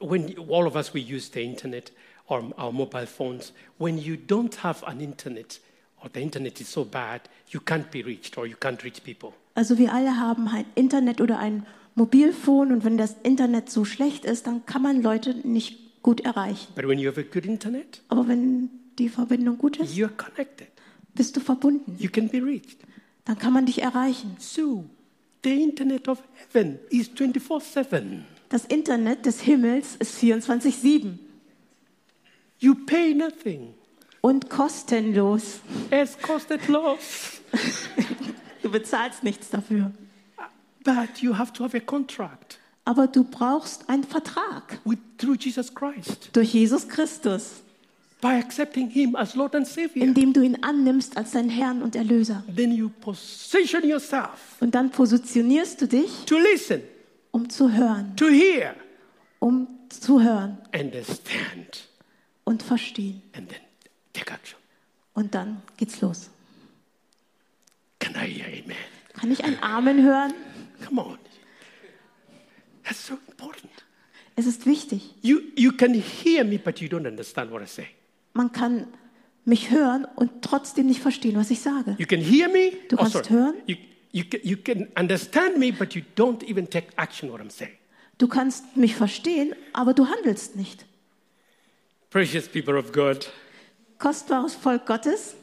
Speaker 1: When you- all of us we use the internet or our mobile phones, when you don't have an internet or the internet is so bad, you can't be reached or you can't reach people.
Speaker 2: Also wir alle haben ein Internet oder ein Mobilfon und wenn das Internet so schlecht ist, dann kann man Leute nicht gut erreichen.
Speaker 1: But when you have a good internet,
Speaker 2: Aber wenn die Verbindung gut ist,
Speaker 1: you're connected.
Speaker 2: bist du verbunden.
Speaker 1: You can be reached.
Speaker 2: Dann kann man dich erreichen.
Speaker 1: So the internet of heaven is 24/7.
Speaker 2: Das Internet des Himmels ist 24-7
Speaker 1: You pay nothing.
Speaker 2: und kostenlos.
Speaker 1: It's costed loss.
Speaker 2: Du bezahlst nichts dafür.
Speaker 1: But you have to have a contract
Speaker 2: Aber du brauchst einen Vertrag
Speaker 1: with through Jesus Christ
Speaker 2: durch Jesus Christus,
Speaker 1: by accepting him as Lord and Savior.
Speaker 2: indem du ihn annimmst als deinen Herrn und Erlöser.
Speaker 1: Then you position yourself
Speaker 2: Und dann positionierst du dich,
Speaker 1: to listen,
Speaker 2: um zu hören,
Speaker 1: to hear,
Speaker 2: um zu hören
Speaker 1: understand,
Speaker 2: und verstehen.
Speaker 1: and then take action.
Speaker 2: Und dann geht's los.
Speaker 1: Can I hear amen?
Speaker 2: Kann ich einen Amen hören?
Speaker 1: Come on. That's so important.
Speaker 2: Es ist wichtig.
Speaker 1: You, you can hear me, but you don't understand what I say.
Speaker 2: Man kann mich hören und trotzdem nicht verstehen, was ich sage.
Speaker 1: You can hear me. Oh,
Speaker 2: Du kannst hören.
Speaker 1: You, you, can, you can understand me, but you don't even take action what I'm saying.
Speaker 2: Du kannst mich verstehen, aber du handelst nicht.
Speaker 1: Precious people of God,
Speaker 2: Kostbares Volk Gottes,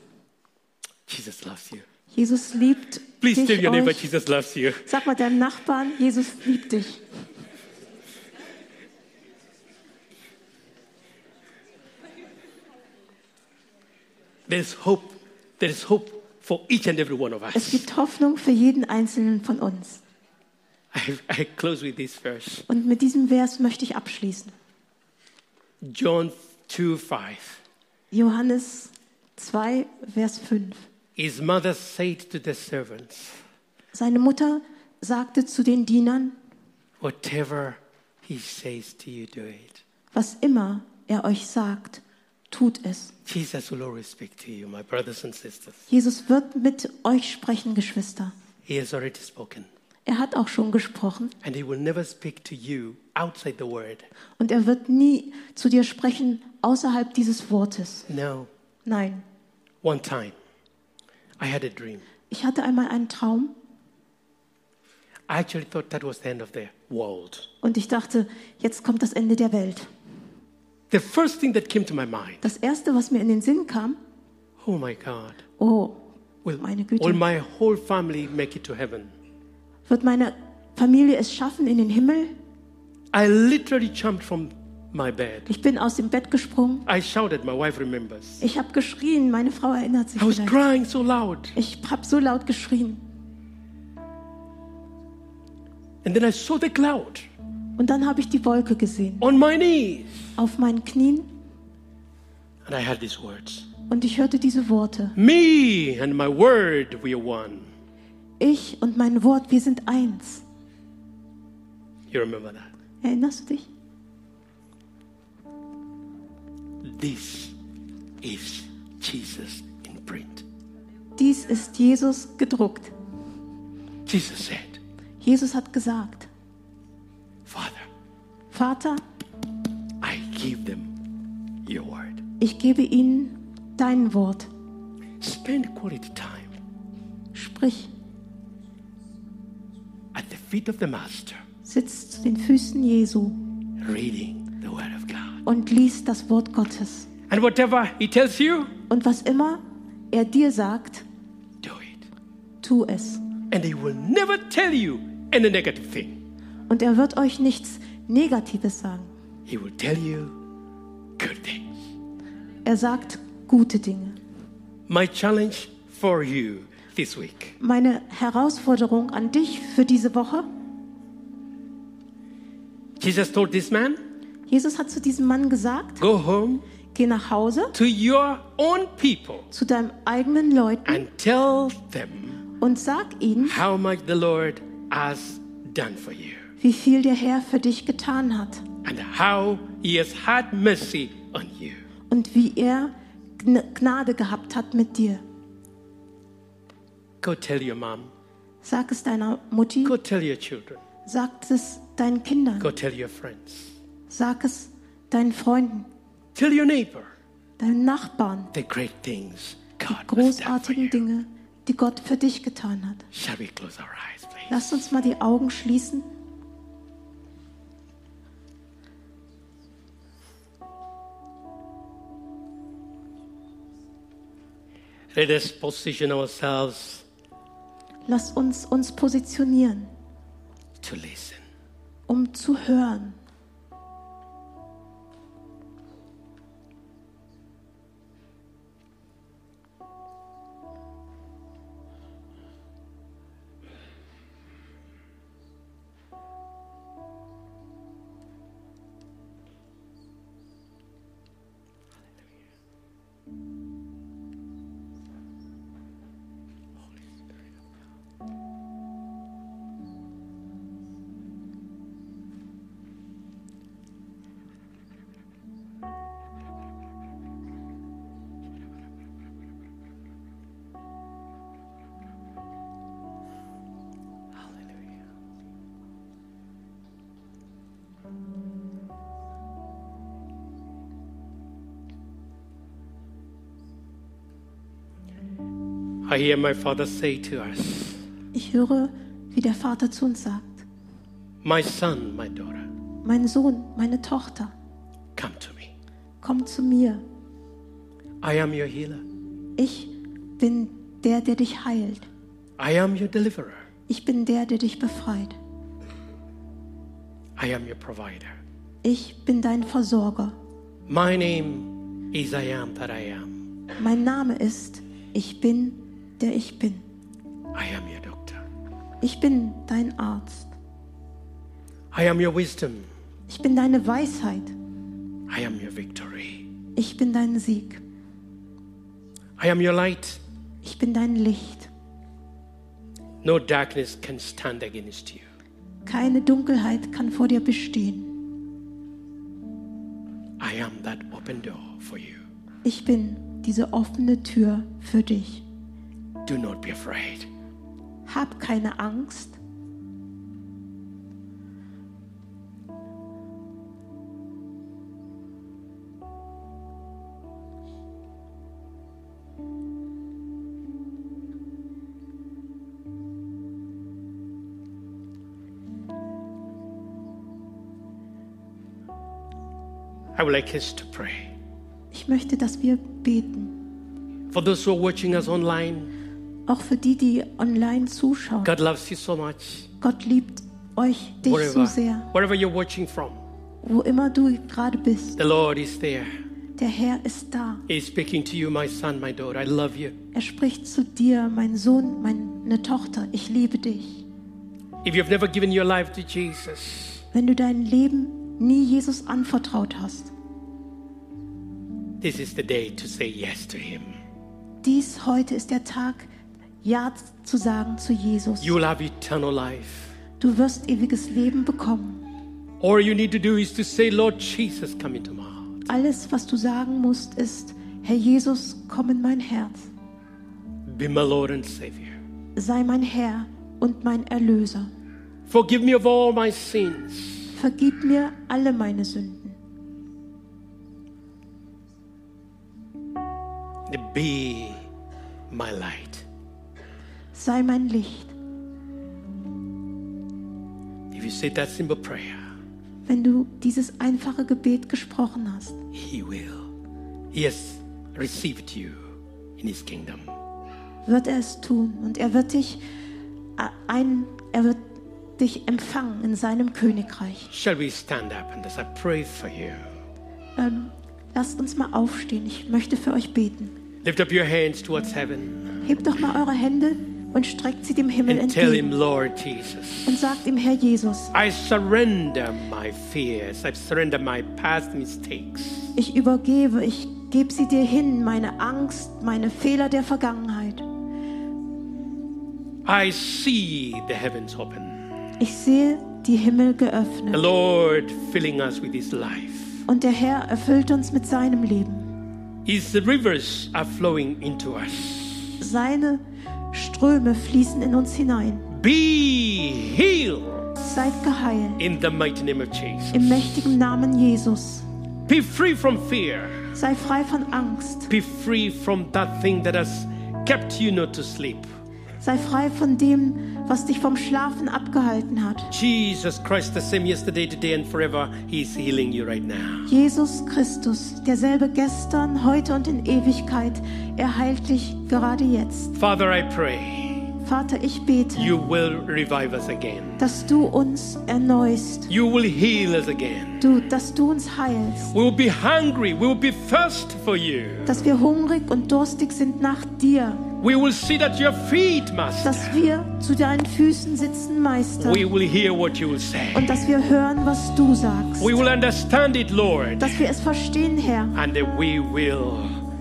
Speaker 1: Jesus loves you.
Speaker 2: Jesus liebt
Speaker 1: Please tell
Speaker 2: dich.
Speaker 1: your neighbor,
Speaker 2: Euch.
Speaker 1: Jesus loves you.
Speaker 2: Sag mal deinem Nachbarn, Jesus liebt dich.
Speaker 1: There is hope. There is hope for each and every one of
Speaker 2: Es
Speaker 1: us.
Speaker 2: gibt Hoffnung für jeden Einzelnen von uns.
Speaker 1: I, I close with this verse
Speaker 2: Und mit diesem Vers möchte ich abschließen.
Speaker 1: John 2 5.
Speaker 2: Johannes 2, Vers 5.
Speaker 1: His mother said to the servants,
Speaker 2: Seine Mutter sagte zu den Dienern,
Speaker 1: Whatever he says to you, do it.
Speaker 2: was immer er euch sagt, tut es.
Speaker 1: Jesus will always speak to you, my brothers and sisters.
Speaker 2: Jesus wird mit euch sprechen, Geschwister.
Speaker 1: He has already spoken,
Speaker 2: Er hat auch schon gesprochen
Speaker 1: and he will never speak to you outside the word.
Speaker 2: und er wird nie zu dir sprechen außerhalb dieses Wortes.
Speaker 1: No.
Speaker 2: Nein,
Speaker 1: One time, I had a dream.
Speaker 2: ich hatte einmal einen Traum
Speaker 1: I actually thought that was the end of the world.
Speaker 2: und ich dachte, jetzt kommt das Ende der Welt.
Speaker 1: The first thing that came to my mind,
Speaker 2: Das Erste, was mir in den Sinn kam,
Speaker 1: oh my God,
Speaker 2: oh,
Speaker 1: will
Speaker 2: Meine Güte.
Speaker 1: will my whole family make it to heaven?
Speaker 2: wird meine Familie es schaffen in den Himmel?
Speaker 1: I literally jumped from my bed.
Speaker 2: Ich bin aus dem Bett gesprungen.
Speaker 1: I shouted, my wife remembers.
Speaker 2: Ich habe geschrien, meine Frau erinnert sich
Speaker 1: I was
Speaker 2: vielleicht.
Speaker 1: crying so loud.
Speaker 2: Ich habe so laut geschrien.
Speaker 1: And then I saw the cloud
Speaker 2: Und dann habe ich die Wolke gesehen,
Speaker 1: on my knees.
Speaker 2: auf meinen Knien,
Speaker 1: And I had these words
Speaker 2: und ich hörte diese Worte.
Speaker 1: Me and my word, we are one.
Speaker 2: Ich und mein Wort, wir sind eins.
Speaker 1: You remember that?
Speaker 2: Erinnerst du dich?
Speaker 1: This is Jesus in print.
Speaker 2: Dies ist Jesus gedruckt.
Speaker 1: Jesus said,
Speaker 2: Jesus hat gesagt,
Speaker 1: Father,
Speaker 2: Vater,
Speaker 1: I give them your word.
Speaker 2: ich gebe ihnen dein Wort.
Speaker 1: Spend quality time
Speaker 2: Sprich,
Speaker 1: at the feet of the Master,
Speaker 2: sitz zu den Füßen Jesu
Speaker 1: reading the word of God.
Speaker 2: und lies das Wort Gottes.
Speaker 1: And whatever he tells you,
Speaker 2: Und was immer er dir sagt,
Speaker 1: do it.
Speaker 2: tu es.
Speaker 1: And he will never tell you any negative thing.
Speaker 2: Und er wird euch nichts Negatives sagen.
Speaker 1: He will tell you good things.
Speaker 2: Er sagt gute Dinge.
Speaker 1: My challenge for you this week
Speaker 2: Meine Herausforderung an dich für diese Woche,
Speaker 1: Jesus told this man,
Speaker 2: Jesus hat zu diesem Mann gesagt,
Speaker 1: Go home
Speaker 2: geh nach Hause
Speaker 1: to your own people
Speaker 2: zu deinem eigenen Leuten
Speaker 1: and tell them
Speaker 2: und sag ihnen,
Speaker 1: how much the Lord has done for you
Speaker 2: wie viel der Herr für dich getan hat
Speaker 1: and how he has had mercy on you.
Speaker 2: und wie er Gn- Gnade gehabt hat mit dir.
Speaker 1: Go tell your mom.
Speaker 2: Sag es deiner Mutti,
Speaker 1: Go tell your children.
Speaker 2: sag es deinen Kindern,
Speaker 1: Go tell your friends.
Speaker 2: sag es deinen Freunden,
Speaker 1: Tell your neighbor
Speaker 2: deinen Nachbarn,
Speaker 1: the great things God has done for
Speaker 2: großartigen
Speaker 1: you.
Speaker 2: Dinge, die Gott für dich getan hat.
Speaker 1: Shall we close our eyes, please?
Speaker 2: Lasst uns mal die Augen schließen.
Speaker 1: Let us position ourselves
Speaker 2: Lasst uns uns positionieren,
Speaker 1: to listen.
Speaker 2: um zu hören.
Speaker 1: I hear my Father say to us,
Speaker 2: Ich höre, wie der Vater zu uns sagt,
Speaker 1: My son, my daughter,
Speaker 2: mein Sohn, meine Tochter,
Speaker 1: come to me.
Speaker 2: komm zu mir.
Speaker 1: I am your healer.
Speaker 2: Ich bin der, der dich heilt.
Speaker 1: I am your deliverer.
Speaker 2: Ich bin der, der dich befreit.
Speaker 1: I am your provider.
Speaker 2: Ich bin dein Versorger.
Speaker 1: My name is I am that I am.
Speaker 2: Mein Name ist Ich bin, der ich bin.
Speaker 1: I am your doctor.
Speaker 2: Ich bin dein Arzt.
Speaker 1: I am your wisdom.
Speaker 2: Ich bin deine Weisheit.
Speaker 1: I am your victory.
Speaker 2: Ich bin dein Sieg.
Speaker 1: I am your light.
Speaker 2: Ich bin dein Licht.
Speaker 1: No darkness can stand against you.
Speaker 2: Keine Dunkelheit kann vor dir bestehen.
Speaker 1: I am that open door for you.
Speaker 2: Ich bin diese offene Tür für dich.
Speaker 1: Do not be afraid.
Speaker 2: Hab keine Angst.
Speaker 1: I would like us to pray.
Speaker 2: Ich möchte, dass wir beten.
Speaker 1: For those who are watching us online,
Speaker 2: Auch für die, die online zuschauen.
Speaker 1: God loves you so much.
Speaker 2: Gott liebt euch, dich so
Speaker 1: Wherever,
Speaker 2: sehr.
Speaker 1: wherever you're watching from,
Speaker 2: Wo immer du gerade bist,
Speaker 1: the Lord is there.
Speaker 2: der Herr ist da.
Speaker 1: He's speaking to you, my son, my daughter. I love you.
Speaker 2: Er spricht zu dir, mein Sohn, meine Tochter, ich liebe dich.
Speaker 1: If you've never given your life to Jesus,
Speaker 2: Wenn du dein Leben nie Jesus anvertraut hast,
Speaker 1: this is the day to say yes to Him.
Speaker 2: dies heute ist der Tag, Ja zu sagen zu Jesus.
Speaker 1: You will have eternal life.
Speaker 2: Du wirst ewiges Leben bekommen.
Speaker 1: All you need to do is to say, Lord Jesus, come into my heart.
Speaker 2: Alles, was du sagen musst, ist, Herr Jesus, komm in mein Herz.
Speaker 1: Be my Lord and Savior.
Speaker 2: Sei mein Herr und mein Erlöser.
Speaker 1: Forgive me of all my sins.
Speaker 2: Vergib mir alle meine Sünden.
Speaker 1: Be my light.
Speaker 2: Sei mein Licht.
Speaker 1: If you say that simple prayer,
Speaker 2: Wenn du dieses einfache Gebet gesprochen hast,
Speaker 1: He will. He has received you in His kingdom.
Speaker 2: wird er es tun und er wird dich a- ein, er wird dich empfangen in seinem Königreich.
Speaker 1: Shall we stand up and as I pray for you,
Speaker 2: Ähm, lasst uns mal aufstehen. Ich möchte für euch beten.
Speaker 1: lift up your hands towards heaven
Speaker 2: Hebt doch mal eure Hände und streckt sie dem Himmel
Speaker 1: and tell Him,
Speaker 2: entgegen
Speaker 1: Lord Jesus.
Speaker 2: und sagt ihm, Herr Jesus,
Speaker 1: I surrender my fears. I surrender my past mistakes.
Speaker 2: ich übergebe, ich gebe sie dir hin, meine Angst, meine Fehler der Vergangenheit.
Speaker 1: I see the heavens open.
Speaker 2: Ich sehe die Himmel
Speaker 1: The
Speaker 2: geöffnet
Speaker 1: Lord filling us with His life.
Speaker 2: und der Herr erfüllt uns mit seinem Leben.
Speaker 1: His rivers are flowing into us.
Speaker 2: Seine Ströme fließen in uns hinein.
Speaker 1: Be healed
Speaker 2: Seid geheilt.
Speaker 1: in the mighty name of Jesus.
Speaker 2: Im mächtigen Namen Jesus.
Speaker 1: Be free from fear.
Speaker 2: Sei frei von Angst.
Speaker 1: Be free from that thing that has kept you not to sleep.
Speaker 2: Sei frei von dem, was dich vom Schlafen abgehalten hat.
Speaker 1: Jesus Christ, the same yesterday, today, and forever, He is healing you right now.
Speaker 2: Jesus Christus, derselbe gestern, heute und in Ewigkeit, er heilt dich gerade jetzt.
Speaker 1: Father, I pray
Speaker 2: Vater, ich bete,
Speaker 1: you will revive us again.
Speaker 2: dass du uns erneust.
Speaker 1: You will heal us again.
Speaker 2: Du, dass du uns heilst.
Speaker 1: We will be hungry. We will be thirst for you.
Speaker 2: Dass wir hungrig und durstig sind nach dir.
Speaker 1: We will sit at your feet, Master.
Speaker 2: Dass wir zu deinen Füßen sitzen, Meister.
Speaker 1: We will hear what you will
Speaker 2: Und
Speaker 1: say.
Speaker 2: dass wir hören, was du sagst.
Speaker 1: We will understand it, Lord.
Speaker 2: Dass wir es verstehen, Herr.
Speaker 1: And that we will.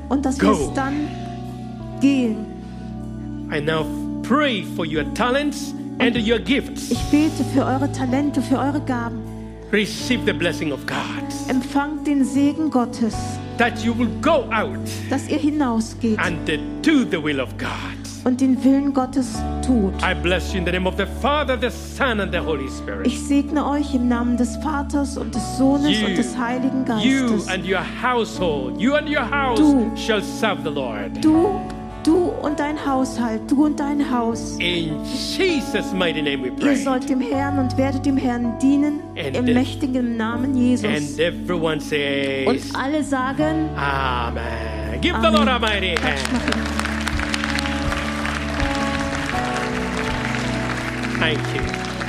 Speaker 2: und dass wir
Speaker 1: Go.
Speaker 2: es dann gehen.
Speaker 1: I now pray for your talents and your gifts.
Speaker 2: Ich bete für eure Talente, für eure Gaben.
Speaker 1: Receive the blessing of God.
Speaker 2: Empfangt den Segen Gottes,
Speaker 1: That you will go out
Speaker 2: dass ihr hinausgeht
Speaker 1: and do the will of God.
Speaker 2: und den Willen Gottes tut.
Speaker 1: I bless you in the name of the Father, the Son, and the Holy Spirit.
Speaker 2: Ich segne euch im Namen des Vaters und des Sohnes
Speaker 1: You-
Speaker 2: und des Heiligen
Speaker 1: You
Speaker 2: Geistes.
Speaker 1: and your household, you and your
Speaker 2: Du.
Speaker 1: house shall serve the Lord.
Speaker 2: Du, du und dein Haushalt, du und dein Haus.
Speaker 1: In Jesus' mighty name we
Speaker 2: Ihr
Speaker 1: pray.
Speaker 2: sollt dem Herrn und werdet dem Herrn dienen
Speaker 1: And
Speaker 2: im
Speaker 1: the-
Speaker 2: mächtigen Namen Jesus.
Speaker 1: And everyone says,
Speaker 2: Und alle sagen,
Speaker 1: Amen. Give the
Speaker 2: Amen.
Speaker 1: Lord a mighty
Speaker 2: Klatsch
Speaker 1: hand.
Speaker 2: mal hin.
Speaker 1: Thank you.